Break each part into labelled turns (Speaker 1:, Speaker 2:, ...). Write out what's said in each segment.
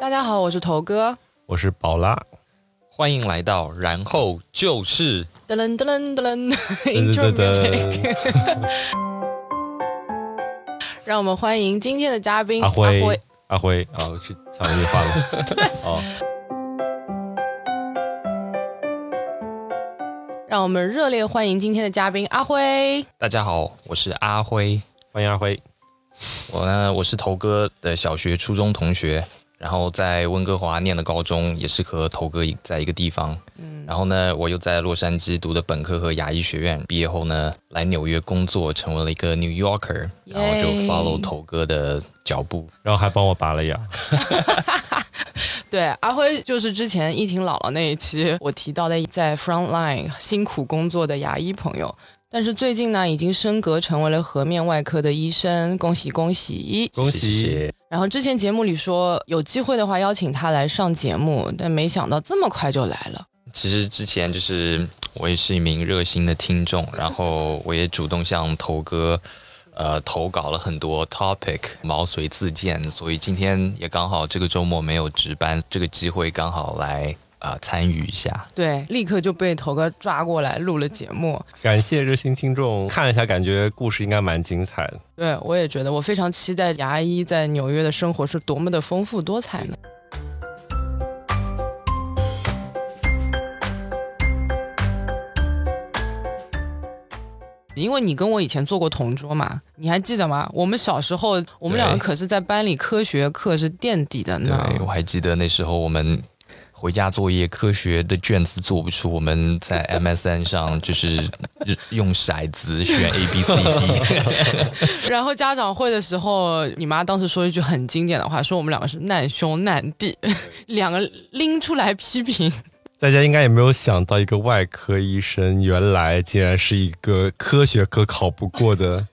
Speaker 1: 大家好，我是头哥。
Speaker 2: 我是宝拉，
Speaker 3: 欢迎来到，然后就是
Speaker 1: 噔噔噔噔噔
Speaker 2: 噔
Speaker 1: ，intro
Speaker 2: 噔噔
Speaker 1: music。让我们欢迎今天的嘉宾
Speaker 2: 阿
Speaker 1: 辉。
Speaker 2: 辉，阿辉啊，我去草莓花了。 哦，
Speaker 1: 让我们热烈欢迎今天的嘉宾阿辉。
Speaker 3: 大家好，我是阿辉，
Speaker 2: 欢迎阿辉。
Speaker 3: 我呢我是头哥的小学、初中同学，然后在温哥华念的高中，也是和头哥一在一个地方。然后呢，我又在洛杉矶读的本科和牙医学院，毕业后呢来纽约工作，成为了一个 New Yorker，然后就
Speaker 1: Yay
Speaker 3: follow 头哥的脚步。
Speaker 2: 然后还帮我拔了牙，
Speaker 1: 对，阿辉就是之前疫情姥姥那一期我提到的，在 frontline 辛苦工作的牙医朋友。但是最近呢，已经升格成为了颌面外科的医生，恭喜恭喜！
Speaker 2: 恭
Speaker 3: 谢
Speaker 2: 喜！
Speaker 3: 谢
Speaker 1: 然后之前节目里说有机会的话邀请他来上节目，但没想到这么快就来了。
Speaker 3: 其实之前就是我也是一名热心的听众，然后我也主动向头哥呃投稿了很多 topic，毛遂自荐，所以今天也刚好这个周末没有值班，这个机会刚好来呃参与一下。
Speaker 1: 对，立刻就被头哥抓过来录了节目。
Speaker 2: 感谢热心听众，看了一下，感觉故事应该蛮精彩的。
Speaker 1: 对我也觉得，我非常期待牙医在纽约的生活是多么的丰富多彩呢。因为你跟我以前做过同桌嘛，你还记得吗？我们小时候，我们两个
Speaker 3: 对
Speaker 1: 可是在班里科学课是垫底的
Speaker 3: 对
Speaker 1: 呢。，
Speaker 3: 我还记得那时候我们。回家作业，科学的卷子做不出，我们在 MSN 上就是用骰子选 A B C D，
Speaker 1: 然后家长会的时候，你妈当时说一句很经典的话，说我们两个是难兄难弟， 两个拎出来批评。
Speaker 2: 大家应该也没有想到，一个外科医生原来竟然是一个科学科考不过 的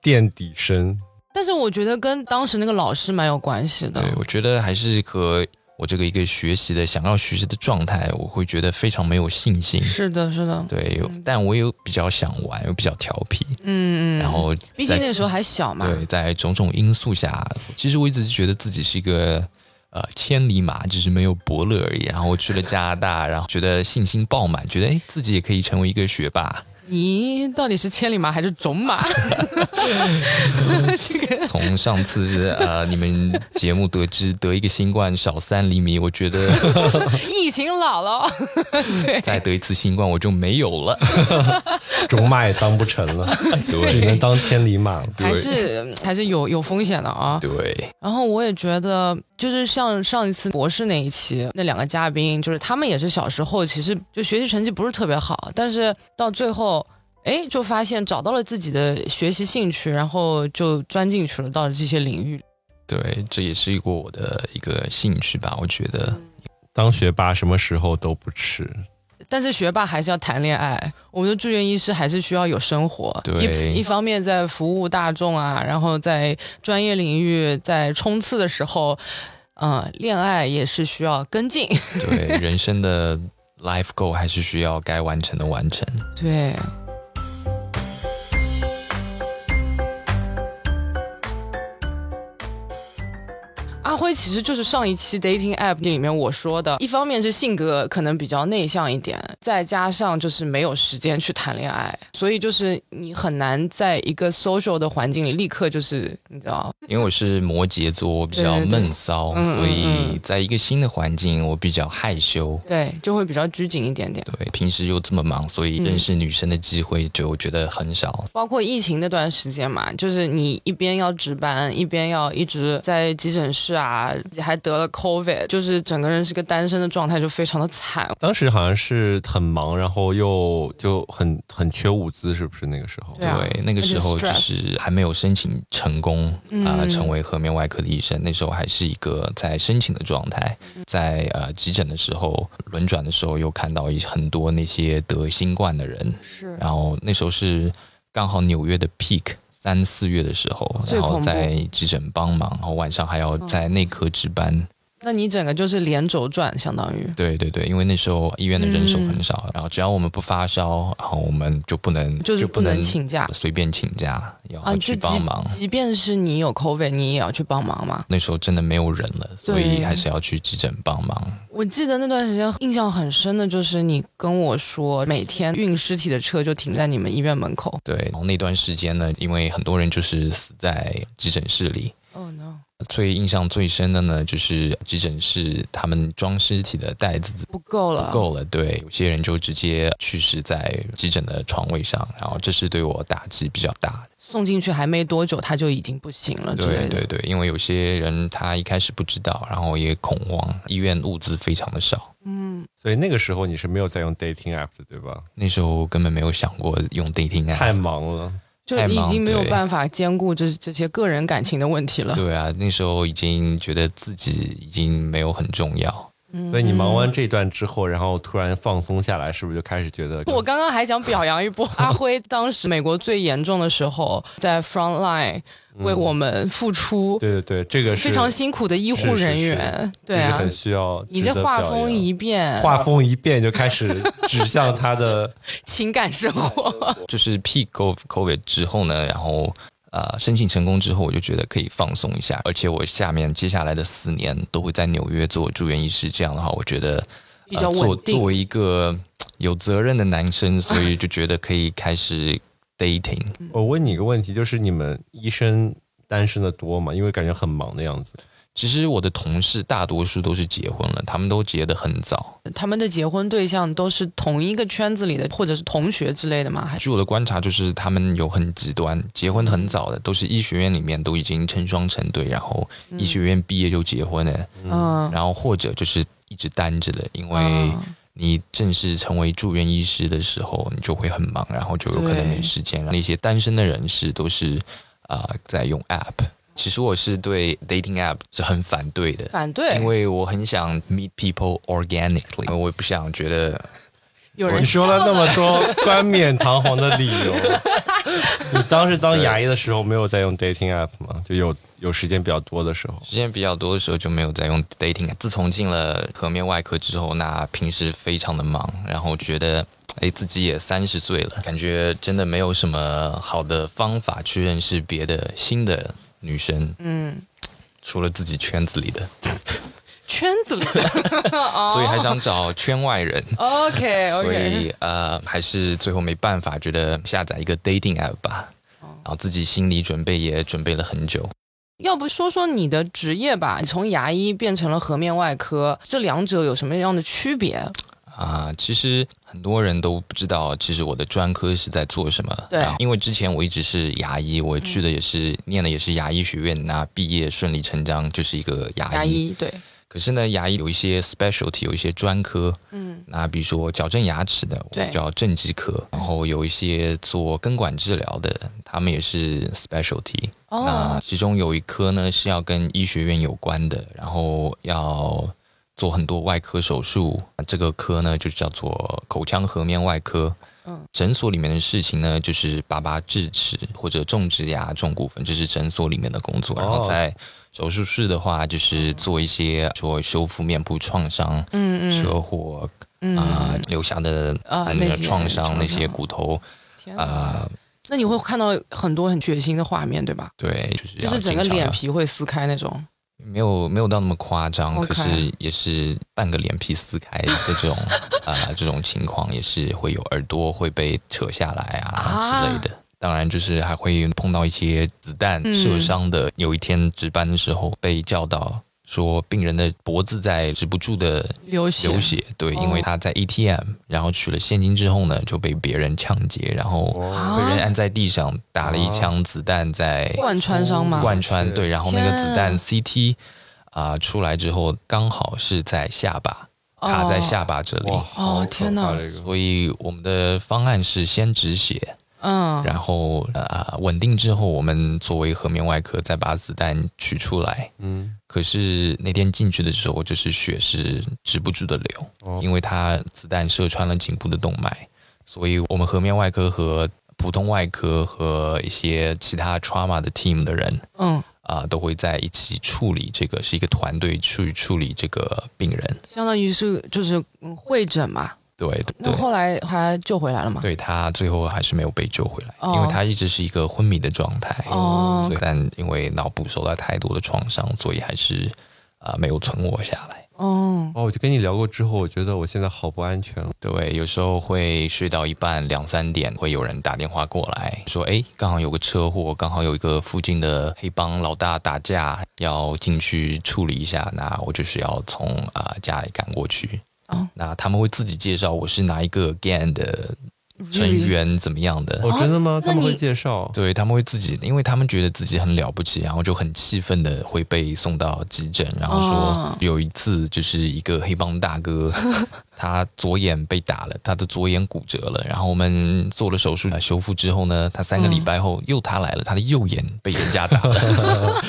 Speaker 2: 垫底生。
Speaker 1: 但是我觉得跟当时那个老师蛮有关系的
Speaker 3: 对，。我觉得还是和我这个一个学习的想要学习的状态，我会觉得非常没有信心。
Speaker 1: 是的，是的，
Speaker 3: 对，有但我有比较想玩，又比较调皮，
Speaker 1: 嗯嗯。
Speaker 3: 然，后
Speaker 1: 毕竟
Speaker 3: 在
Speaker 1: 那时候还小嘛。
Speaker 3: 对，在种种因素下，其实我一直觉得自己是一个呃千里马，只是没有伯乐而已。然后去了加拿大，然后觉得信心爆满，觉得哎自己也可以成为一个学霸。
Speaker 1: 你到底是千里马还是种 马？这个
Speaker 3: 从上次呃 你们节目得知得一个新冠少三厘米，我觉得
Speaker 1: 疫情姥姥，对，
Speaker 3: 再得一次新冠我就没有了。
Speaker 2: 种马也当不成了， 只能当千里马了。
Speaker 1: 还是还是有有风险的啊。
Speaker 3: 对，
Speaker 1: 然后我也觉得，就是像上一次博士那一期，那两个嘉宾，就是他们也是小时候其实就学习成绩不是特别好，但是到最后，哎，就发现找到了自己的学习兴趣，然后就钻进去了，到了这些领域。
Speaker 3: 对，这也是一个我的一个兴趣吧，我觉得。
Speaker 2: 当学霸什么时候都不迟。
Speaker 1: 但是学霸还是要谈恋爱，我们的住院医师还是需要有生活。
Speaker 3: 对
Speaker 1: 一一方面在服务大众啊，然后在专业领域在冲刺的时候，嗯、恋爱也是需要跟进。
Speaker 3: 对人 生的 life goal 还是需要该完成的完成。
Speaker 1: 对。阿辉其实就是上一期 dating app 里面我说的，一方面是性格可能比较内向一点，再加上就是没有时间去谈恋爱，所以就是你很难在一个 social 的环境里立刻就是你知道，
Speaker 3: 因为我是摩羯座，我比较
Speaker 1: 对对对
Speaker 3: 闷骚，
Speaker 1: 嗯嗯
Speaker 3: 所以
Speaker 1: 嗯
Speaker 3: 在一个新的环境，我比较害羞。
Speaker 1: 对，就会比较拘谨一点点。
Speaker 3: 对，平时又这么忙，所以
Speaker 1: 嗯
Speaker 3: 认识女生的机会就我觉得很少。
Speaker 1: 包括疫情那段时间嘛，就是你一边要值班，一边要一直在急诊室啊，还得了 COVID，就是整个人是个单身的状态，就非常的惨。
Speaker 2: 当时好像是很忙，然后又就很很缺物资，是不是那个时候？
Speaker 1: 对啊
Speaker 3: 对，那个时候
Speaker 1: 而且
Speaker 3: 就
Speaker 1: stress
Speaker 3: 是还没有申请成功
Speaker 1: 嗯
Speaker 3: 啊、呃成为颌面外科的医生。那时候还是一个在申请的状态，
Speaker 1: 嗯
Speaker 3: 在呃急诊的时候，轮转的时候又看到一很多那些得新冠的人，
Speaker 1: 是
Speaker 3: 然后那时候是刚好纽约的 peak 三四月的时候，
Speaker 1: 最
Speaker 3: 然
Speaker 1: 恐怖嗯
Speaker 3: 后在急诊帮忙，然后晚上还要在内科值班，
Speaker 1: 那你整个就是连轴转，相当于
Speaker 3: 对对对，因为那时候医院的人手
Speaker 1: 嗯
Speaker 3: 很少，然后只要我们不发烧，然后我们就不能
Speaker 1: 就是
Speaker 3: 不
Speaker 1: 不能请假
Speaker 3: 随便请假，要
Speaker 1: 啊，就
Speaker 3: 去
Speaker 1: 即
Speaker 3: 帮忙。
Speaker 1: 即便是你有 COVID，你也要去帮忙嘛。
Speaker 3: 那时候真的没有人了，所以
Speaker 1: 对
Speaker 3: 还是要去急诊帮忙。
Speaker 1: 我记得那段时间印象很深的就是你跟我说，每天运尸体的车就停在你们医院门口。
Speaker 3: 对，然后那段时间呢，因为很多人就是死在急诊室里，
Speaker 1: Oh no，
Speaker 3: 最印象最深的呢，就是急诊室他们装尸体的袋子
Speaker 1: 不够了，
Speaker 3: 不够了，对，有些人就直接去世在急诊的床位上，然后这是对我打击比较大的。
Speaker 1: 送进去还没多久他就已经不行了之
Speaker 3: 对
Speaker 1: 类的。
Speaker 3: 对对，因为有些人他一开始不知道，然后也恐慌，医院物资非常的少，
Speaker 2: 所以那个时候你是没有在用 dating app 的，对吧？
Speaker 3: 那时候根本没有想过用 dating app。
Speaker 2: 太忙了，
Speaker 1: 就
Speaker 3: 太
Speaker 1: 已
Speaker 3: 忙
Speaker 1: 经没有
Speaker 3: 对
Speaker 1: 办法兼顾这这些个人感情的问题了。
Speaker 3: 对啊，那时候已经觉得自己已经没有很重要，
Speaker 2: 所以你忙完这段之后，然后突然放松下来，是不是就开始觉得
Speaker 1: 我刚刚还想表扬一波 阿辉，当时美国最严重的时候，在 front line
Speaker 3: 嗯
Speaker 1: 为我们付出，
Speaker 2: 对对对，这个是
Speaker 1: 非常辛苦的医护人员，对
Speaker 2: 这是
Speaker 1: 啊
Speaker 2: 很，需要值得
Speaker 1: 你这画
Speaker 2: 表扬
Speaker 1: 风一变，
Speaker 2: 画风一变就开始指向他 的
Speaker 1: 情感生 活，
Speaker 3: 就是 peak of COVID 之后呢，然后呃申请成功之后，我就觉得可以放松一下，而且我下面接下来的四年都会在纽约做住院医师，这样的话，我觉得、呃
Speaker 1: 比较稳
Speaker 3: 做
Speaker 1: 定
Speaker 3: 作为一个呃有责任的男生，所以就觉得可以开始 dating。
Speaker 2: 我问你一个问题，就是你们医生单身的多吗？因为感觉很忙的样子。
Speaker 3: 其实我的同事大多数都是结婚了，他们都结得很早，
Speaker 1: 他们的结婚对象都是同一个圈子里的，或者是同学之类的吗？还是
Speaker 3: 据我的观察，就是他们有很极端，结婚
Speaker 1: 嗯
Speaker 3: 很早的，都是医学院里面都已经成双成对，然后医学院毕业就结婚了，
Speaker 1: 嗯，
Speaker 3: 然后或者就是一直单着的，因为
Speaker 1: 嗯
Speaker 3: 你正式成为住院医师的时候，你就会很忙，然后就有可能没时间。那些单身的人士都是啊、呃在用 app。其实我是对 dating app 是很反对的。
Speaker 1: 反对，
Speaker 3: 因为我很想 meet people organically，我也不想觉得
Speaker 1: 有人
Speaker 2: 你说了那么多冠冕堂皇的理 由，你当时当牙医的时候没有在用 dating app 吗？就有有时间比较多的时候，
Speaker 3: 时间比较多的时候就没有再用 dating。自从进了颌面外科之后，那平时非常的忙，然后觉得哎自己也三十岁了，感觉真的没有什么好的方法去认识别的新的女生，
Speaker 1: 嗯，
Speaker 3: 除了自己圈子里的，
Speaker 1: 圈子里 的，
Speaker 3: 所以还想找圈外人。
Speaker 1: OK
Speaker 3: 所
Speaker 1: OK，
Speaker 3: 以呃，还是最后没办法，觉得下载一个 dating app 吧。然后自己心理准备也准备了很久，
Speaker 1: 要不说说你的职业吧？你从牙医变成了颌面外科，这两者有什么样的区别？
Speaker 3: 啊，其实很多人都不知道，其实我的专科是在做什么。
Speaker 1: 对嗯
Speaker 3: 然后因为之前我一直是牙医，我去的也是、念的也是牙医学院，那毕业顺理成章就是一个牙医。
Speaker 1: 牙医对，
Speaker 3: 可是呢，牙医有一些 specialty，有一些专科，
Speaker 1: 嗯
Speaker 3: 那比如说矫正牙齿的，我
Speaker 1: 对
Speaker 3: 们叫正畸科，然后有一些做根管治疗的，他们也是 specialty。那
Speaker 1: 哦，
Speaker 3: 其中有一科呢是要跟医学院有关的，然后要做很多外科手术。这个科呢就叫做口腔颌面外科。
Speaker 1: 嗯
Speaker 3: 诊所里面的事情呢，就是拔拔智齿或者种植牙、种骨粉，这是诊所里面的工作。
Speaker 2: 哦
Speaker 3: 然后在手术室的话，就是做一些说修复面部创伤、
Speaker 1: 嗯嗯
Speaker 3: 车祸
Speaker 1: 嗯
Speaker 3: 啊、留下的
Speaker 1: 啊
Speaker 3: 呃
Speaker 1: 那些
Speaker 3: 创伤、
Speaker 1: 创
Speaker 3: 那些
Speaker 1: 伤
Speaker 3: 骨头
Speaker 1: 天哪，
Speaker 3: 啊、呃
Speaker 1: 那你会看到很多很血腥的画面，对吧？
Speaker 3: 对，就是
Speaker 1: 就
Speaker 3: 要
Speaker 1: 是整个
Speaker 3: 经常啊
Speaker 1: 脸
Speaker 3: 要
Speaker 1: 皮会撕开那种。
Speaker 3: 没有没有到那么夸张
Speaker 1: OK
Speaker 3: 可是也是半个脸皮撕开的这 种啊、这种情况也是会有，耳朵会被扯下来啊
Speaker 1: 啊
Speaker 3: 之类的。当然，就是还会碰到一些子弹
Speaker 1: 嗯
Speaker 3: 射伤的。有一天值班的时候被叫到，说病人的脖子在止不住的
Speaker 1: 流血，
Speaker 3: 流血，对，因为
Speaker 1: 哦
Speaker 3: 他在 ATM，然后取了现金之后呢，就被别人抢劫，然后被人
Speaker 1: 啊，
Speaker 3: 按在地上打了一
Speaker 1: 哦
Speaker 3: 枪子弹在
Speaker 1: 贯穿伤嘛，
Speaker 3: 贯穿
Speaker 2: 是
Speaker 3: 对，然后那个
Speaker 1: 天
Speaker 3: 子
Speaker 1: 啊
Speaker 3: 弹 CT 啊、出来之后，刚好是在下巴
Speaker 1: 哦
Speaker 3: 卡在下巴这里，
Speaker 2: 哇，好可
Speaker 1: 天
Speaker 2: 怕
Speaker 1: 哪
Speaker 2: 这个
Speaker 3: 所以我们的方案是先止血，
Speaker 1: 嗯，
Speaker 3: 然后呃稳定之后，我们作为颌面外科再把子弹取出来。
Speaker 2: 嗯，
Speaker 3: 可是那天进去的时候，就是血是止不住的流，
Speaker 2: 哦
Speaker 3: 因为它子弹射穿了颈部的动脉，所以我们颌面外科和普通外科和一些其他 trauma 的 team 的人，
Speaker 1: 嗯，
Speaker 3: 啊、都会在一起处理这个，是一个团队去处理这个病人。
Speaker 1: 相当于是就是嗯会诊嘛。
Speaker 3: 对
Speaker 1: 那
Speaker 3: 对，
Speaker 1: 后来还救回来了嘛？
Speaker 3: 对他最后还是没有被救回来，
Speaker 1: 哦
Speaker 3: 因为他一直是一个昏迷的状态。
Speaker 1: 哦
Speaker 3: 所以但因为脑部受到太多的创伤，所以还是啊、没有存活下来。
Speaker 1: 哦，
Speaker 2: 哦，我就跟你聊过之后，我觉得我现在好不安全了。
Speaker 3: 对，有时候会睡到一半两三点，会有人打电话过来说：“哎，刚好有个车祸，刚好有一个附近的黑帮老大打架，要进去处理一下。”那我就是要从啊、家里赶过去。
Speaker 1: 哦
Speaker 3: 那他们会自己介绍我是哪一个 gang 的成
Speaker 1: really？
Speaker 3: 员，怎么样的。
Speaker 2: 哦，真的吗？
Speaker 1: 啊那
Speaker 2: 他们会
Speaker 1: 你
Speaker 2: 介绍？
Speaker 3: 对他们会自己，因为他们觉得自己很了不起，然后就很气愤的会被送到急诊，然后
Speaker 1: 哦
Speaker 3: 说有一次就是一个黑帮大 哥，他左眼被打了，他的左眼骨折了，然后我们做了手术来修复之后呢，他三个礼拜后、又他来了，他的右眼被人家打 了，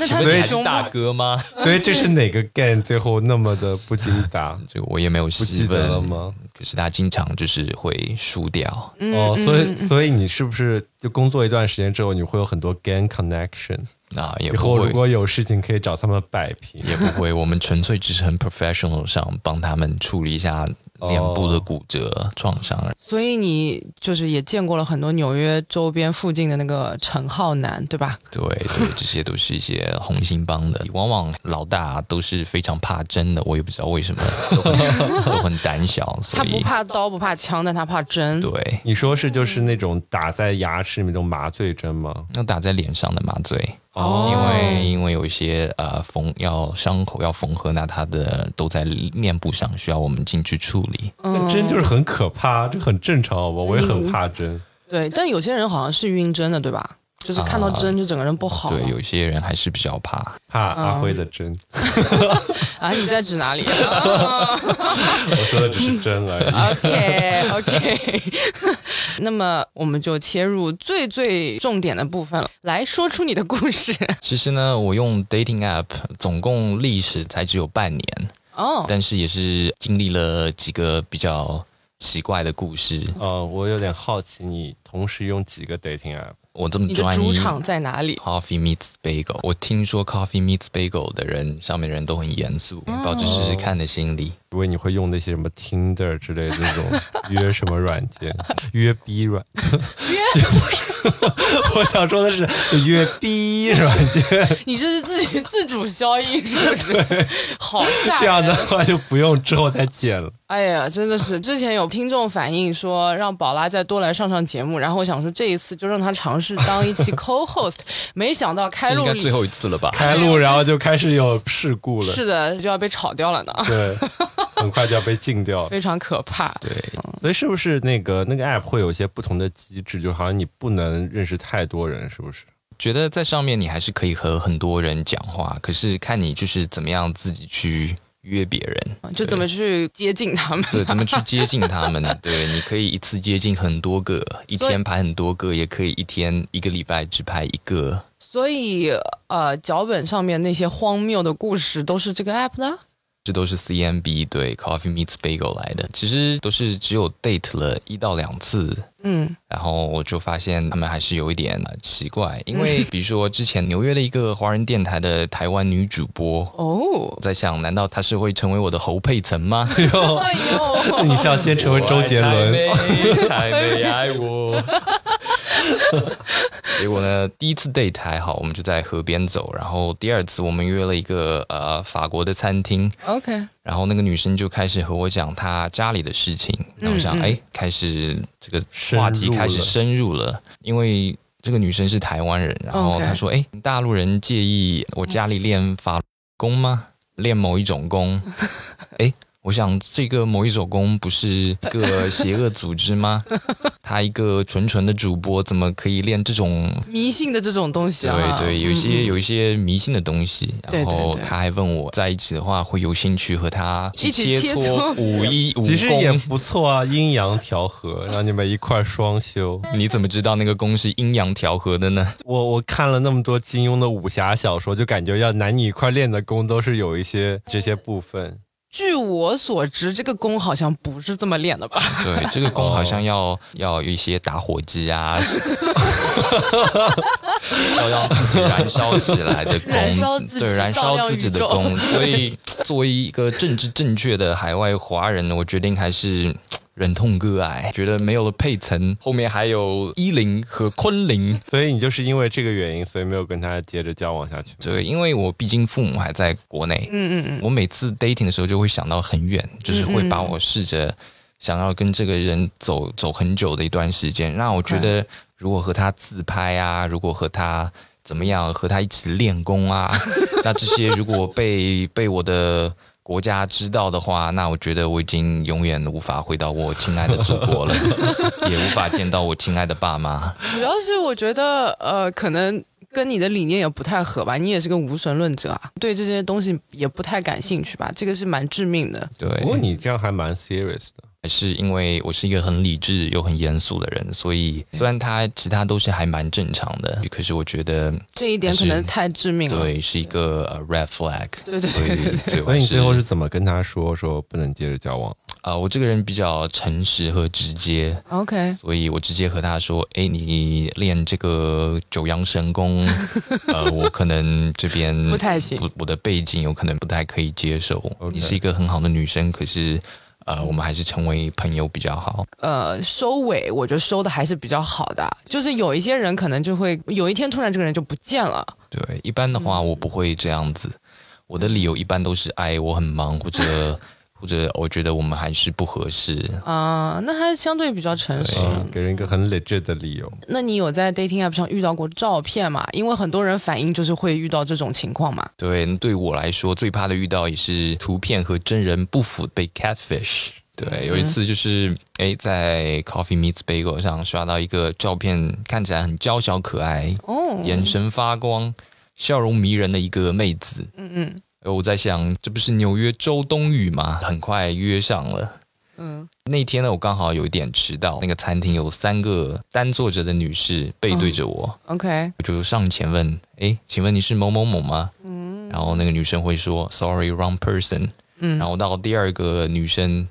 Speaker 1: 那
Speaker 3: 请
Speaker 1: 他
Speaker 3: 问
Speaker 2: 所
Speaker 1: 很
Speaker 2: 以
Speaker 3: 你还是
Speaker 1: 凶
Speaker 3: 大
Speaker 1: 吗？
Speaker 3: 哥 吗？
Speaker 2: 所以这是哪个 gang 最后那么的不经 打？
Speaker 3: 这个我也没有
Speaker 2: 不
Speaker 3: 细
Speaker 2: 记得了
Speaker 3: 问，
Speaker 2: 吗？
Speaker 3: 可是他经常就是会输掉，
Speaker 1: 嗯
Speaker 2: 哦，
Speaker 1: 嗯
Speaker 2: 所以
Speaker 1: 嗯
Speaker 2: 所以你是不是就工作一段时间之后，你会有很多 gang connection？
Speaker 3: 那也
Speaker 2: 以
Speaker 3: 不
Speaker 2: 后
Speaker 3: 会
Speaker 2: 如果有事情可以找他们摆平。
Speaker 3: 也不会，我们纯粹只是很 professional 上帮他们处理一下脸部的骨折创伤。
Speaker 1: 所以你就是也见过了很多纽约周边附近的那个陈浩南，对吧？
Speaker 3: 对对，这些都是一些红星帮的， 往往老大都是非常怕针的，我也不知道为什 么，都很都很胆小，所
Speaker 1: 他不
Speaker 3: 以
Speaker 1: 怕刀，不怕枪，但他怕针。
Speaker 3: 对。
Speaker 2: 你说是就是那种打在牙齿里面那种麻醉针吗？
Speaker 3: 要打在脸上的麻醉，
Speaker 1: 哦
Speaker 3: 因为因为有一些呃缝要伤口要缝合，那它的都在面部上，需要我们进去处理。
Speaker 2: 那针就是很可怕，这很正常，好吧？我也很怕针。
Speaker 1: 对，但有些人好像是晕针的，对吧？就是看到针就整个人不好。
Speaker 3: 啊对，有一些人还是比较怕。
Speaker 2: 怕阿辉的针，
Speaker 1: 啊，你在指哪 里、啊、
Speaker 2: 我说的只是针而 已。
Speaker 1: ？OK OK，那么我们就切入最最重点的部分了，来说出你的故 事。
Speaker 3: 其实呢，我用 dating app 总共历时才只有半年，
Speaker 1: 哦，
Speaker 3: 但是也是经历了几个比较奇怪的故事。
Speaker 2: 呃，我有点好奇，你同时用几个 dating app？
Speaker 3: 我这么
Speaker 1: 你的
Speaker 3: 专
Speaker 1: 主
Speaker 3: 一
Speaker 1: 场在哪里？
Speaker 3: ，Coffee meets Bagel，我听说 Coffee meets Bagel 的人上面人都很严肃，
Speaker 1: 哦
Speaker 3: 抱着试试看的心理。
Speaker 2: 因为你会用那些什么 Tinder 之类的这种约什么软件，约 B 软，约 不是，我想说的是约 B 软件，
Speaker 1: 你这是自己自主消音是不 是？好吓人啊
Speaker 2: 这样的话就不用之后再剪了。
Speaker 1: 哎呀，真的是！之前有听众反映说让宝拉再多来上上节目，然后我想说这一次就让她尝试当一 期 co-host，没想到开
Speaker 3: 这应
Speaker 1: 录
Speaker 3: 该最后一次了吧？
Speaker 2: 开录然后就开始有事故了，
Speaker 1: 是的就要被炒掉了呢，
Speaker 2: 对，很快就要被 禁掉了。
Speaker 1: 非常可怕。
Speaker 3: 对，
Speaker 2: 所以是不是那个那个 app 会有一些不同的机制，就好像你不能认识太多人，是不是？
Speaker 3: 觉得在上面你还是可以和很多人讲话，可是看你就是怎么样自己去约别人。
Speaker 1: 就怎么去接近他们？
Speaker 3: 对，怎么去接近他们？对，你可以一次接近很多个，一
Speaker 1: 所以
Speaker 3: 天排很多个，也可以一天一个礼拜只排一个。
Speaker 1: 所以呃，脚本上面那些荒谬的故事都是这个 app 的。
Speaker 3: 这都是 CMB 对 Coffee Meets Bagel 来的，其实都是只有 date 了一到两次，
Speaker 1: 嗯，
Speaker 3: 然后我就发现他们还是有一点呃奇怪，因为比如说之前纽约的一个华人电台的台湾女主播，
Speaker 1: 哦
Speaker 3: 我，在想，难道她是会成为我的侯佩岑吗？
Speaker 1: 哎
Speaker 2: 那
Speaker 1: 呦，
Speaker 2: 你是要先成为周杰伦？
Speaker 3: 我爱台妹，台妹爱我。 结果呢，第一次 date 还好，我们就在河边走，然后第二次我们约了一个呃法国的餐厅，
Speaker 1: OK，
Speaker 3: 然后那个女生就开始和我讲她家里的事情，那我想，
Speaker 1: 嗯
Speaker 3: 哎、开始这个
Speaker 2: 深
Speaker 3: 话题
Speaker 2: 入
Speaker 3: 开始
Speaker 2: 了
Speaker 3: 深入了，因为这个女生是台湾人，然后
Speaker 1: OK
Speaker 3: 她说，哎，大陆人介意我家里练法功吗？练某一种 功？哎，我想这个某一种功不是一个邪恶组织吗？她一个纯纯的主播怎么可以练这种
Speaker 1: 迷信的这种东西啊，
Speaker 3: 对对，有一些有一些迷信的东西，
Speaker 1: 对对
Speaker 3: 然后
Speaker 1: 对
Speaker 3: 他还问我在一起的话会有兴趣和他
Speaker 1: 一起切
Speaker 3: 磋
Speaker 1: 磋
Speaker 3: 武艺武
Speaker 2: 其实也
Speaker 3: 功。
Speaker 2: 不错啊，阴阳调和，让你们一块儿双修。
Speaker 3: 你怎么知道那个功是阴阳调和的呢？
Speaker 2: 我我看了那么多金庸的武侠小说，就感觉要男女一块练的功都是有一些这些部分。
Speaker 1: 据我所知，这个功好像不是这么练的吧？
Speaker 3: 对，
Speaker 1: 哦
Speaker 3: 这个功好像要要有一些打火机啊， 要让自己燃烧起来的功，
Speaker 1: 燃烧自己
Speaker 3: 对，燃
Speaker 1: 照
Speaker 3: 烧
Speaker 1: 亮
Speaker 3: 自己
Speaker 1: 宇
Speaker 3: 的
Speaker 1: 宙
Speaker 3: 功。所以，作为一个政治正确的海外华人，我决定还是忍痛割爱，觉得没有了佩岑，后面还有伊林和昆凌。
Speaker 2: 所以你就是因为这个原因，所以没有跟他接着交往下去吗。
Speaker 3: 对，因为我毕竟父母还在国内，
Speaker 1: 嗯嗯嗯，
Speaker 3: 我每次 dating 的时候就会想到很远，就是会把我试着想要跟这个人走走很久的一段时间。那我觉得，如果和他自拍啊，如果和他怎么样，和他一起练功啊， 那这些如果被被我的国家知道的话，那我觉得我已经永远无法回到我亲爱的祖国了， 也无法见到我亲爱的爸妈。
Speaker 1: 主要是我觉得呃，可能跟你的理念也不太合吧，你也是个无神论者啊，对这些东西也不太感兴趣吧，这个是蛮致命的。
Speaker 3: 对，
Speaker 2: 不过你这样还蛮 serious 的，
Speaker 3: 还是因为我是一个很理智又很严肃的人，所以虽然他其他都是还蛮正常的，可是我觉得
Speaker 1: 这一点可能太致命了。
Speaker 3: 对是一个呃 red flag。
Speaker 1: 对对
Speaker 3: 所以
Speaker 1: 对对，
Speaker 3: 对，
Speaker 2: 所以你最后
Speaker 3: 啊
Speaker 2: 是怎么跟他说说不能接着交往？、
Speaker 3: 呃我这个人比较诚实和直接，
Speaker 1: ，OK，
Speaker 3: 所以我直接和他说：“哎，你练这个九阳 神功，呃，我可能这边
Speaker 1: 不太行。
Speaker 3: 我我的背景有可能不太可以接受。
Speaker 2: OK
Speaker 3: 你是一个很好的女生，可是呃，我们还是成为朋友比较好。
Speaker 1: 呃，收尾我觉得收的还是比较好的，啊就是有一些人可能就会有一天突然这个人就不见了，
Speaker 3: 对，一般的话我不会这样子，我的理由一般都是哎我很忙，或者或者我觉得我们还是不合适。
Speaker 1: 啊、那还相对比较诚实。
Speaker 2: 嗯，给人一个很 legit 的理由。
Speaker 1: 那你有在 dating app 上遇到过照片吗？因为很多人反映就是会遇到这种情况嘛。
Speaker 3: 对，对我来说最怕的遇到也是图片和真人不符被 catfish。对，
Speaker 1: 嗯
Speaker 3: 有一次就是哎在 Coffee Meets Bagel 上刷到一个照片，看起来很娇小可爱，
Speaker 1: 哦，
Speaker 3: 眼神发光、笑容迷人的一个妹子。
Speaker 1: 嗯嗯
Speaker 3: 呃我在想，这不是纽约周冬雨吗？很快约上了。
Speaker 1: 嗯，
Speaker 3: 那天呢，我刚好有一点迟到，那个餐厅有三个单坐着的女士背
Speaker 1: 嗯
Speaker 3: 对着我，
Speaker 1: OK，
Speaker 3: 我就上前问：“诶，请问你是某某某吗？”嗯，然后那个女生会说：“Sorry, wrong person。”
Speaker 1: 嗯
Speaker 3: 然后到第二个女生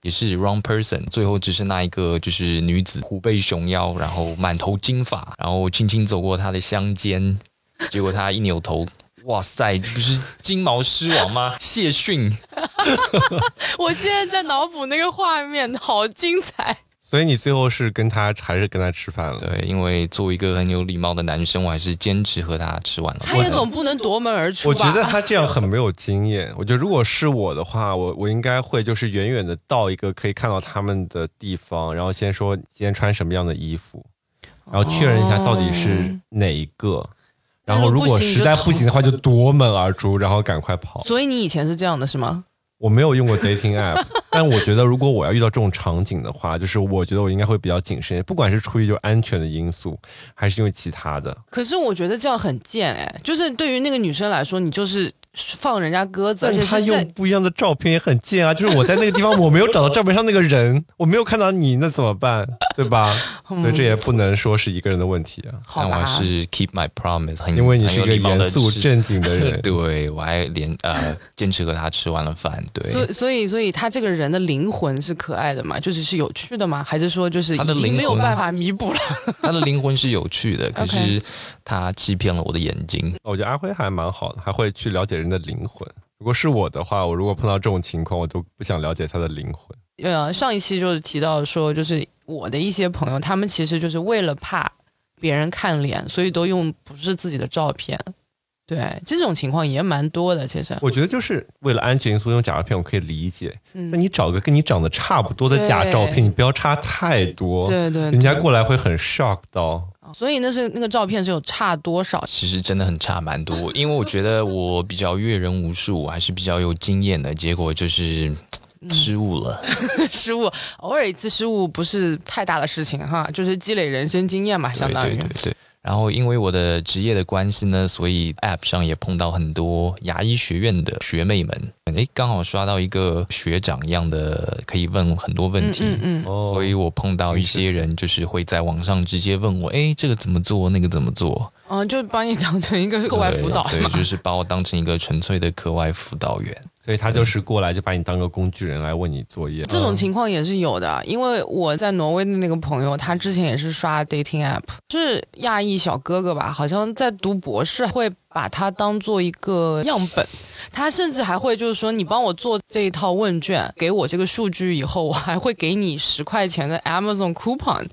Speaker 3: 也是 wrong person，最后只剩那一个就是女子虎背熊腰，然后满头金发，然后轻轻走过她的香肩，结果她一扭头。哇塞，这不是金毛狮王吗？ 谢逊，
Speaker 1: 我现在在脑补那个画面，好精彩。
Speaker 2: 所以你最后是跟他还是跟他吃饭了？
Speaker 3: 对，因为作为一个很有礼貌的男生，我还是坚持和他吃完了
Speaker 1: 他
Speaker 3: 饭。
Speaker 1: 也总不能夺门而出
Speaker 2: 我
Speaker 1: 吧？
Speaker 2: 觉得他这样很没有经验。我觉得如果是我的话，我我应该会就是远远的到一个可以看到他们的地方，然后先说今天穿什么样的衣服，然后确认一下到底是哪一个。然后如果实在哦不行的话，就夺门而出，然后赶快跑。
Speaker 1: 所以你以前是这样的是吗？
Speaker 2: 我没有用过 dating app，但 我觉得如果我要遇到这种场景的话，就是我觉得我应该会比较谨慎，不管是出于就安全的因素，还是因为其他的。
Speaker 1: 可是我觉得这样很贱哎，就是对于那个女生来说，你就是放人家鸽子，而
Speaker 2: 但
Speaker 1: 且
Speaker 2: 他
Speaker 1: 是
Speaker 2: 用
Speaker 1: 在
Speaker 2: 不一样的照片也很贱啊！就是我在那个地方，我没有找到照片上那个人，我没有看到你，那怎么办？对吧？
Speaker 1: 嗯
Speaker 2: 所以这也不能说是一个人的问题啊，
Speaker 1: 好
Speaker 3: 但我还
Speaker 1: 吧？
Speaker 3: 是 keep my promise，很
Speaker 2: 因为你
Speaker 3: 嗯很
Speaker 2: 是
Speaker 3: 有
Speaker 2: 一个
Speaker 3: 礼貌
Speaker 2: 严
Speaker 3: 地
Speaker 2: 肃
Speaker 3: 吃
Speaker 2: 正经的人。
Speaker 3: 对，我还连呃坚持和他吃完了饭。
Speaker 1: 所
Speaker 3: 对，
Speaker 1: 以所以所以他这个人的灵魂是可爱的嘛？就是是有趣的吗？还是说就是
Speaker 3: 他的
Speaker 1: 已经没有
Speaker 3: 灵魂
Speaker 1: 办法弥补了？
Speaker 3: 他的灵魂是有趣的，可是他欺骗了我的眼睛。
Speaker 2: 我觉得阿辉还蛮好的，还会去了解人的灵魂。如果是我的话，我如果碰到这种情况，我都不想了解他的灵魂。
Speaker 1: 呃，上一期就是提到说，就是我的一些朋友，他们其实就是为了怕别人看脸，所以都用不是自己的照片。对，这种情况也蛮多的，其实。
Speaker 2: 我觉得就是为了安全因素用假照片，我可以理解。
Speaker 1: 嗯
Speaker 2: 那，你找个跟你长得差不多的假照
Speaker 1: 对
Speaker 2: 片，你不要差太多，
Speaker 1: 对对
Speaker 2: 人
Speaker 1: 对，
Speaker 2: 家过来会很 shock 到。
Speaker 1: 所以那是那个照片是有差多少？
Speaker 3: 其实真的很差蛮多，因为我觉得我比较阅人无数，我还是比较有经验的。结果就是
Speaker 1: 嗯
Speaker 3: 失误了，
Speaker 1: 失误，偶尔一次失误不是太大的事情哈，就是积累人生经验嘛，相当于。
Speaker 3: 对对对对。然后因为我的职业的关系呢，所以 App 上也碰到很多牙医学院的学妹们。诶，刚好刷到一个学长一样的，可以问很多问
Speaker 1: 嗯
Speaker 3: 题。
Speaker 1: 嗯嗯，
Speaker 2: 哦
Speaker 3: 所以我碰到一些人，就是会在网上直接问我，哎，这个怎么做，那个怎么做，
Speaker 1: 哦 嗯，就把你当成一个课外辅导
Speaker 3: 对
Speaker 1: 是吗
Speaker 3: 对，？就是把我当成一个纯粹的课外辅导员。
Speaker 2: 所以他就是过来就把你当个工具人来问你作业。嗯
Speaker 1: 这种
Speaker 3: 嗯
Speaker 1: 情况也是有的，啊因为我在挪威的那个朋友，他之前也是刷 dating app，是亚裔小哥哥吧，好像在读博士，会把他当做一个样本，他甚至还会就是说，你帮我做这一套问卷，给我这个数据以后，我还会给你十块钱的 Amazon coupon，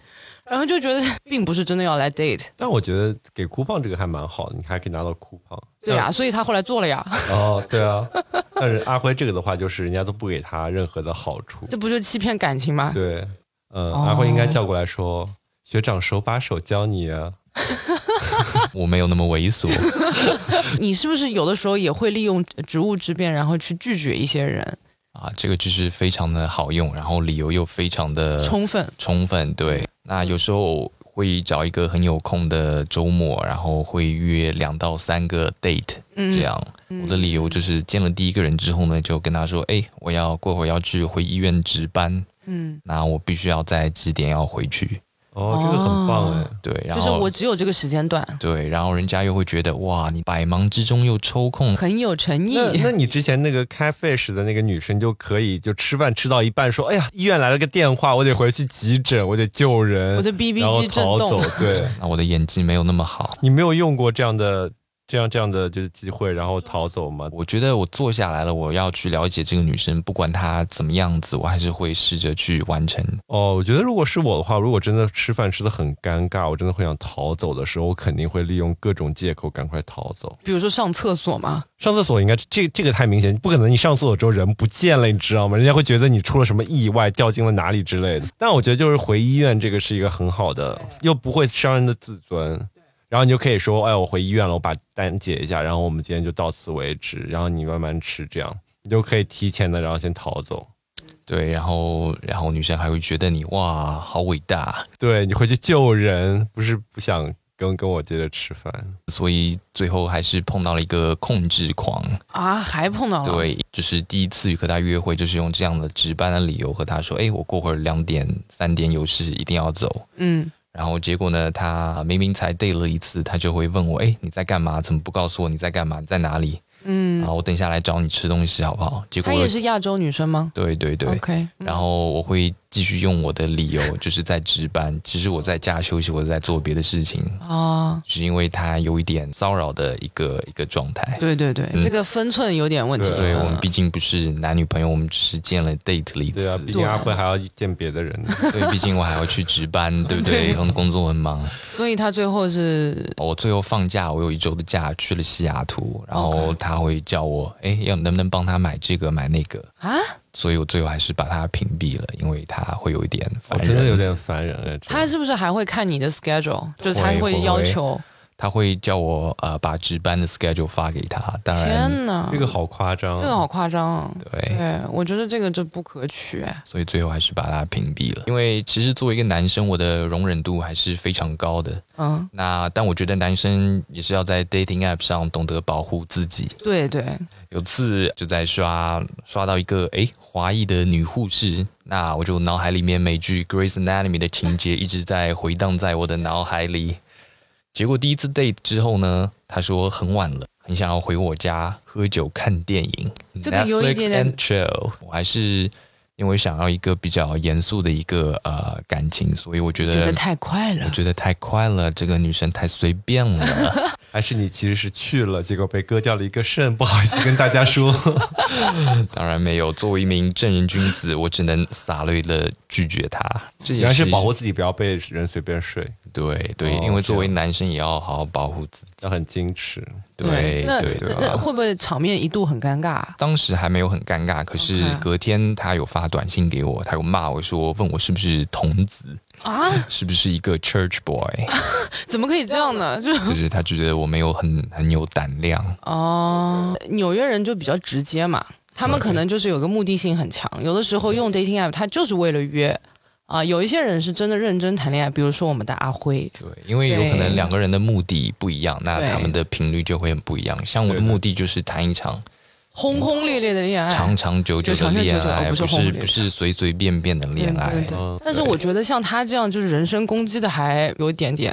Speaker 1: 然后就觉得并不是真的要来 date，
Speaker 2: 但我觉得给 coupon 这个还蛮好的，你还可以拿到 coupon。
Speaker 1: 对
Speaker 3: 嗯
Speaker 1: 啊，所以他后来做了呀，
Speaker 2: 哦，对啊，但是阿辉这个的话，就是人家都不给他任何的好处。
Speaker 1: 这不就哦欺骗感情吗？
Speaker 2: 对，嗯，阿辉应该叫过来说，学长手把手教你啊。
Speaker 3: 我没有那么猥琐，
Speaker 1: 你是不是有的时候也会利用职务之便，然后去拒绝一些人？
Speaker 3: 啊，这个就是非常的好用，然后理由又非常的
Speaker 1: 充分，
Speaker 3: 充分。对，那有时候会找一个很有空的周末，然后会约两到三个 date，
Speaker 1: 嗯
Speaker 3: 这样。我的理由就是见了第一个人之后呢，就跟他说，哎，我要过会儿要去回医院值班，
Speaker 1: 嗯，
Speaker 3: 那我必须要在几点要回去。
Speaker 2: 哦，这个很棒哎。
Speaker 3: 对，然
Speaker 1: 就
Speaker 3: 后
Speaker 1: 是我只有这个时间段，
Speaker 3: 对，然后人家又会觉得哇，你百忙之中又抽空，
Speaker 1: 很有诚意。
Speaker 2: 那那你之前那个开 fish 的那个女生就可以就吃饭吃到一半说，哎呀，医院来了个电话，我得回去急诊，我得救人，
Speaker 1: 我的 BB
Speaker 2: 然后
Speaker 1: 机震
Speaker 2: 逃
Speaker 1: 动，。
Speaker 2: 走 对
Speaker 3: 那我的演技没有那么好。
Speaker 2: 你没有用过这样的这样这样的就是机会，然后逃走吗？
Speaker 3: 我觉得我坐下来了，我要去了解这个女生，不管她怎么样子，我还是会试着去完成。
Speaker 2: 哦，我觉得如果是我的话，如果真的吃饭吃的很尴尬，我真的会想逃走的时候，我肯定会利用各种借口赶快逃走。
Speaker 1: 比如说上厕所嘛，
Speaker 2: 上厕所应该这这个太明显，不可能你上厕所之后人不见了，你知道吗？人家会觉得你出了什么意外，掉进了哪里之类的。但我觉得就是回医院这个是一个很好的，又不会伤人的自尊。然后你就可以说，哎，我回医院了，我把单解一下，然后我们今天就到此为止，然后你慢慢吃，这样你就可以提前的，然后先逃走。
Speaker 3: 对，然后然后女生还会觉得你哇，好伟大，
Speaker 2: 对你回去救人，不是不想跟跟我接着吃饭。
Speaker 3: 所以最后还是碰到了一个控制狂。
Speaker 1: 啊，还碰到了。，
Speaker 3: 对，就是第一次和她约会，就是用这样的值班的理由和她说，哎，我过会儿两点三点有事，一定要走。
Speaker 1: 嗯，
Speaker 3: 然后结果呢，她明明才 date 了一次，她就会问我，哎，你在干嘛？怎么不告诉我你在干嘛？你在哪里？嗯，然后我等一下来找你吃东西好不好？结果
Speaker 1: 她也是亚洲女生吗
Speaker 3: 对对对。
Speaker 1: ？OK，嗯
Speaker 3: 然后我会继续用我的理由，就是在值班，其实我在家休息，我在做别的事情，
Speaker 1: 啊，
Speaker 3: 是因为他有一点骚扰的一个一个状态。
Speaker 1: 对对对，
Speaker 3: 嗯
Speaker 1: 这个分寸有点问题。
Speaker 3: 对
Speaker 1: 嗯
Speaker 2: 啊
Speaker 3: 我们毕竟不是男女朋友，我们只是见了 date 了一次，
Speaker 2: 对啊，毕竟阿辉还要见别的人呢。
Speaker 3: 对毕竟我还要去值班，对不 对？很工作很忙。
Speaker 1: 所以她最后是
Speaker 3: 我哦最后放假，我有一周的假去了西雅图，然后他会叫我，哎，要能不能帮他买这个买那个？
Speaker 1: 啊，
Speaker 3: 所以我最后还是把他屏蔽了，因为他会有一点
Speaker 2: 我
Speaker 3: 烦人。
Speaker 2: 哦真的有点烦人哎。
Speaker 1: 她
Speaker 2: 真的
Speaker 1: 是不是还会看你的 schedule？就是她
Speaker 3: 会哎
Speaker 1: 会要
Speaker 3: 会
Speaker 1: 求。
Speaker 3: 他会叫我呃把值班的 schedule 发给他，当然
Speaker 1: 天哪，
Speaker 2: 这个好夸张，
Speaker 1: 这个好夸张啊。
Speaker 3: 对，
Speaker 1: 对，我觉得这个就不可取。哎
Speaker 3: 所以最后还是把他屏蔽了。因为其实作为一个男生，我的容忍度还是非常高的。
Speaker 1: 嗯，
Speaker 3: 那但我觉得男生也是要在 dating app 上懂得保护自己。
Speaker 1: 对对，
Speaker 3: 有次就在刷刷到一个诶华裔的女护士，那我就脑海里面美剧《Grey's Anatomy》的情节一直在回荡在我的脑海里。结果第一次 date 之后呢，他说很晚了，很想要回我家喝酒看电影。
Speaker 1: 这个有一点点
Speaker 3: Netflix and chill，我还是因为想要一个比较严肃的一个呃感情，所以我觉
Speaker 1: 觉得
Speaker 3: 得。
Speaker 1: 太快
Speaker 3: 我
Speaker 1: 了。
Speaker 3: 觉得太快了，这个女生太随便了。
Speaker 2: 还是你其实是去了，结果被割掉了一个肾，不好意思跟大家 说。
Speaker 3: 当然没有，作为一名正人君子，我只能洒泪的拒绝她。这
Speaker 2: 原
Speaker 3: 也
Speaker 2: 来是保护自己，不要被人随便睡，
Speaker 3: 对对，
Speaker 2: 哦
Speaker 3: 因为作为
Speaker 2: 这
Speaker 3: 男生也要好好保护自己。
Speaker 2: 要很矜持。
Speaker 3: 对
Speaker 1: 那
Speaker 3: 对啊对
Speaker 1: 那那
Speaker 3: 吧？
Speaker 1: 会不会场面一度很尴尬啊？
Speaker 3: 当时还没有很尴尬，可是
Speaker 1: OK
Speaker 3: 隔天他有发短信给我，他有骂我说，问我是不是童子，是不是一个 church boy，
Speaker 1: 啊怎么可以这样呢？就
Speaker 3: 就是他觉得我没有很很有胆量。
Speaker 1: 哦，纽约人就比较直接嘛，他们可能就是有个目的性很强，有的时候用 dating app，他就是为了约。啊、有一些人是真的认真谈恋爱，比如说我们的阿辉，
Speaker 3: 对，因为有可能两个人的目的不一样，那
Speaker 1: 对
Speaker 3: 他们的频率就会很不一样。像我的
Speaker 2: 对对
Speaker 3: 目的就是谈一场
Speaker 1: 轰轰烈烈的恋爱，
Speaker 3: 长长久久
Speaker 1: 哎就长
Speaker 3: 的
Speaker 1: 长久久
Speaker 3: 恋
Speaker 1: 哦
Speaker 3: 爱，
Speaker 1: 不是
Speaker 3: 不
Speaker 1: 轰
Speaker 3: 是
Speaker 1: 烈
Speaker 3: 不是随随便便的恋
Speaker 1: 对
Speaker 3: 爱
Speaker 1: 对。对
Speaker 2: 嗯，
Speaker 1: 但是我觉得像他这样就是人身攻击的还有一点点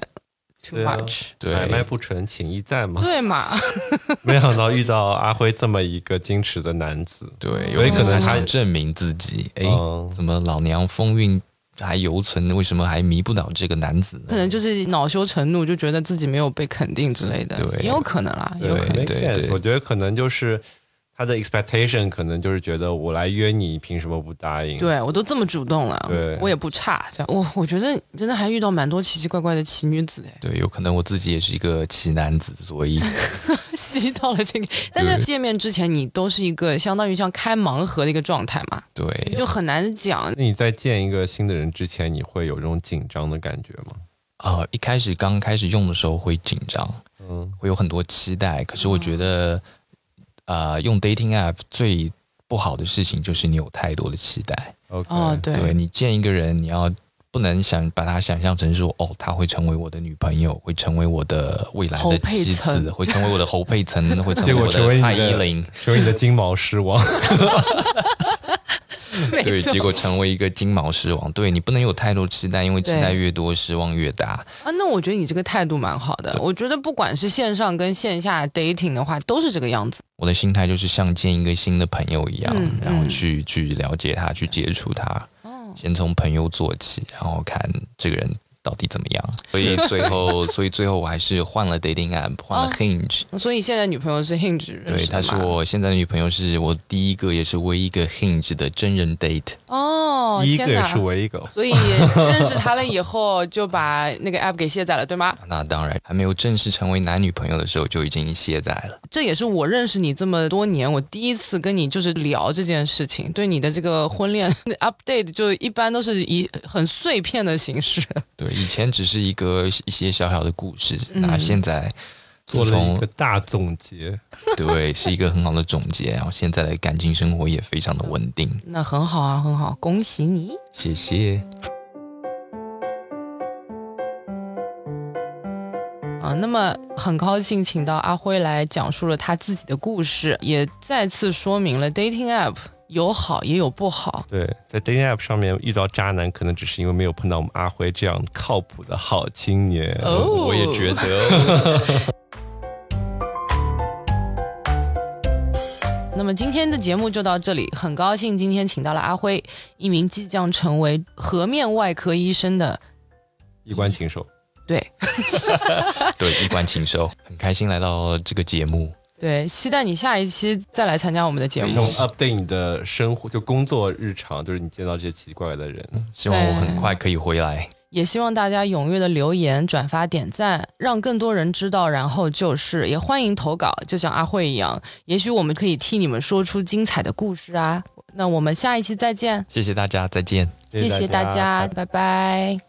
Speaker 1: too
Speaker 2: 对啊
Speaker 1: much。
Speaker 3: 对
Speaker 2: 买卖不成情义在嘛。
Speaker 1: 对嘛？
Speaker 2: 没想到遇到阿辉这么一个矜持的男子，
Speaker 3: 对，
Speaker 2: 所以可能
Speaker 3: 他
Speaker 2: 他
Speaker 3: 想证明自己，哎、
Speaker 2: 嗯
Speaker 3: 怎么老娘风韵还犹存，为什么还迷不倒这个男子呢？
Speaker 1: 可能就是恼羞成怒，就觉得自己没有被肯定之类的，
Speaker 3: 对
Speaker 1: 也有可能啦，也有可能。
Speaker 3: 对
Speaker 2: make
Speaker 3: 对
Speaker 2: sense。
Speaker 3: 对
Speaker 2: 我觉得可能就是他的 expectation，可能就是觉得我来约你，凭什么不答应？
Speaker 1: 对我都这么主动了
Speaker 2: 对，
Speaker 1: 我也不差。这样，我我觉得你真的还遇到蛮多奇奇怪怪的 奇女子哎，
Speaker 3: 对，有可能我自己也是一个奇男子，所以
Speaker 1: 吸到了这个。但是见面之前，你都是一个相当于像开盲盒的一个状态嘛，
Speaker 3: 对
Speaker 1: 就很难讲。
Speaker 2: 那你在见一个新的人之前，你会有这种紧张的感觉吗？
Speaker 3: 呃，一开始刚开始用的时候会紧张，
Speaker 2: 嗯，
Speaker 3: 会有很多期待。可是我觉
Speaker 1: 嗯
Speaker 3: 得，呃，用 dating app 最不好的事情就是你有太多的期待。
Speaker 2: OK，
Speaker 1: 哦，对，
Speaker 3: 对你见一个人，你要不能想把他想象成说，哦，他会成为我的女朋友，会成为我的未来
Speaker 1: 侯
Speaker 3: 的
Speaker 1: 佩
Speaker 3: 妻
Speaker 1: 岑
Speaker 3: 子，会成为我的侯 佩岑，会成
Speaker 2: 结
Speaker 3: 为
Speaker 2: 果
Speaker 3: 我
Speaker 2: 成为
Speaker 3: 的
Speaker 2: 你
Speaker 3: 蔡
Speaker 2: 的
Speaker 3: 依林。
Speaker 2: 成为你的金毛狮王。
Speaker 1: 没
Speaker 3: 对，
Speaker 1: 错
Speaker 3: 结果成为一个金毛狮王。对你不能有太多期待，因为期
Speaker 1: 对
Speaker 3: 待越多，失望越大。
Speaker 1: 啊，那我觉得你这个态度蛮好的。我觉得不管是线上跟线下 dating 的话，都是这个样子。
Speaker 3: 我的心态就是像见一个新的朋友一样，
Speaker 1: 嗯
Speaker 3: 然后
Speaker 1: 嗯
Speaker 3: 去去了解他，去接触他，
Speaker 1: 哦，
Speaker 3: 先从朋友做起，然后看这个人到底怎么样。所以最后， 所以最后我还是换了 dating app，换了
Speaker 1: 哦
Speaker 3: Hinge。
Speaker 1: 所以现在女朋友是 Hinge 认
Speaker 3: 对，
Speaker 1: 识的
Speaker 3: 她是
Speaker 1: 吗
Speaker 3: 我现在的女朋友，是我第一个也是唯一一个 Hinge 的真人 date。
Speaker 1: 哦，
Speaker 2: 第一个
Speaker 1: 天
Speaker 2: 也
Speaker 1: 哪
Speaker 2: 是唯一一个，
Speaker 1: 所以认识他了以后，就把那个 app 给卸载了，对吗？
Speaker 3: 那当然，还没有正式成为男女朋友的时候就已经卸载了。
Speaker 1: 这也是我认识你这么多年，我第一次跟你就是聊这件事情，对你的这个婚恋 update 就一般都是以很碎片的形式。
Speaker 3: 对，以前只是一个一些小小的故事，
Speaker 1: 嗯
Speaker 3: 那现在
Speaker 2: 做
Speaker 3: 自
Speaker 2: 了一
Speaker 3: 从
Speaker 2: 个大总结。
Speaker 3: 对是一个很好的总结，然后现在的感情生活也非常的稳定，
Speaker 1: 那很好啊，很好，恭喜你。
Speaker 3: 谢谢。
Speaker 1: 啊，那么很高兴请到阿辉来讲述了他自己的故事，也再次说明了 dating app 有好也有不好。
Speaker 2: 对，在 dating app 上面遇到渣男，可能只是因为没有碰到我们阿辉这样靠谱的好青年。
Speaker 1: 哦
Speaker 3: 呃我也觉得，
Speaker 1: 那么今天的节目就到这里，很高兴今天请到了阿辉，一名即将成为颌面外科医生的，
Speaker 2: 一关禽兽，
Speaker 1: 对
Speaker 3: 对一关禽兽，很开心来到这个节目。
Speaker 1: 对，期待你下一期再来参加我们的节
Speaker 2: 让
Speaker 1: 目
Speaker 2: 我。们 update 你的生活，就工作日常，就是你见到这些奇奇怪怪的人。
Speaker 3: 希望我很快可以回来。
Speaker 1: 也希望大家踊跃的留言、转发、点赞，让更多人知道。然后就是，也欢迎投稿，就像阿慧一样，也许我们可以替你们说出精彩的故事啊。那我们下一期再见，
Speaker 3: 谢谢大家，再见。
Speaker 1: 谢谢大
Speaker 2: 拜拜
Speaker 1: 家，拜拜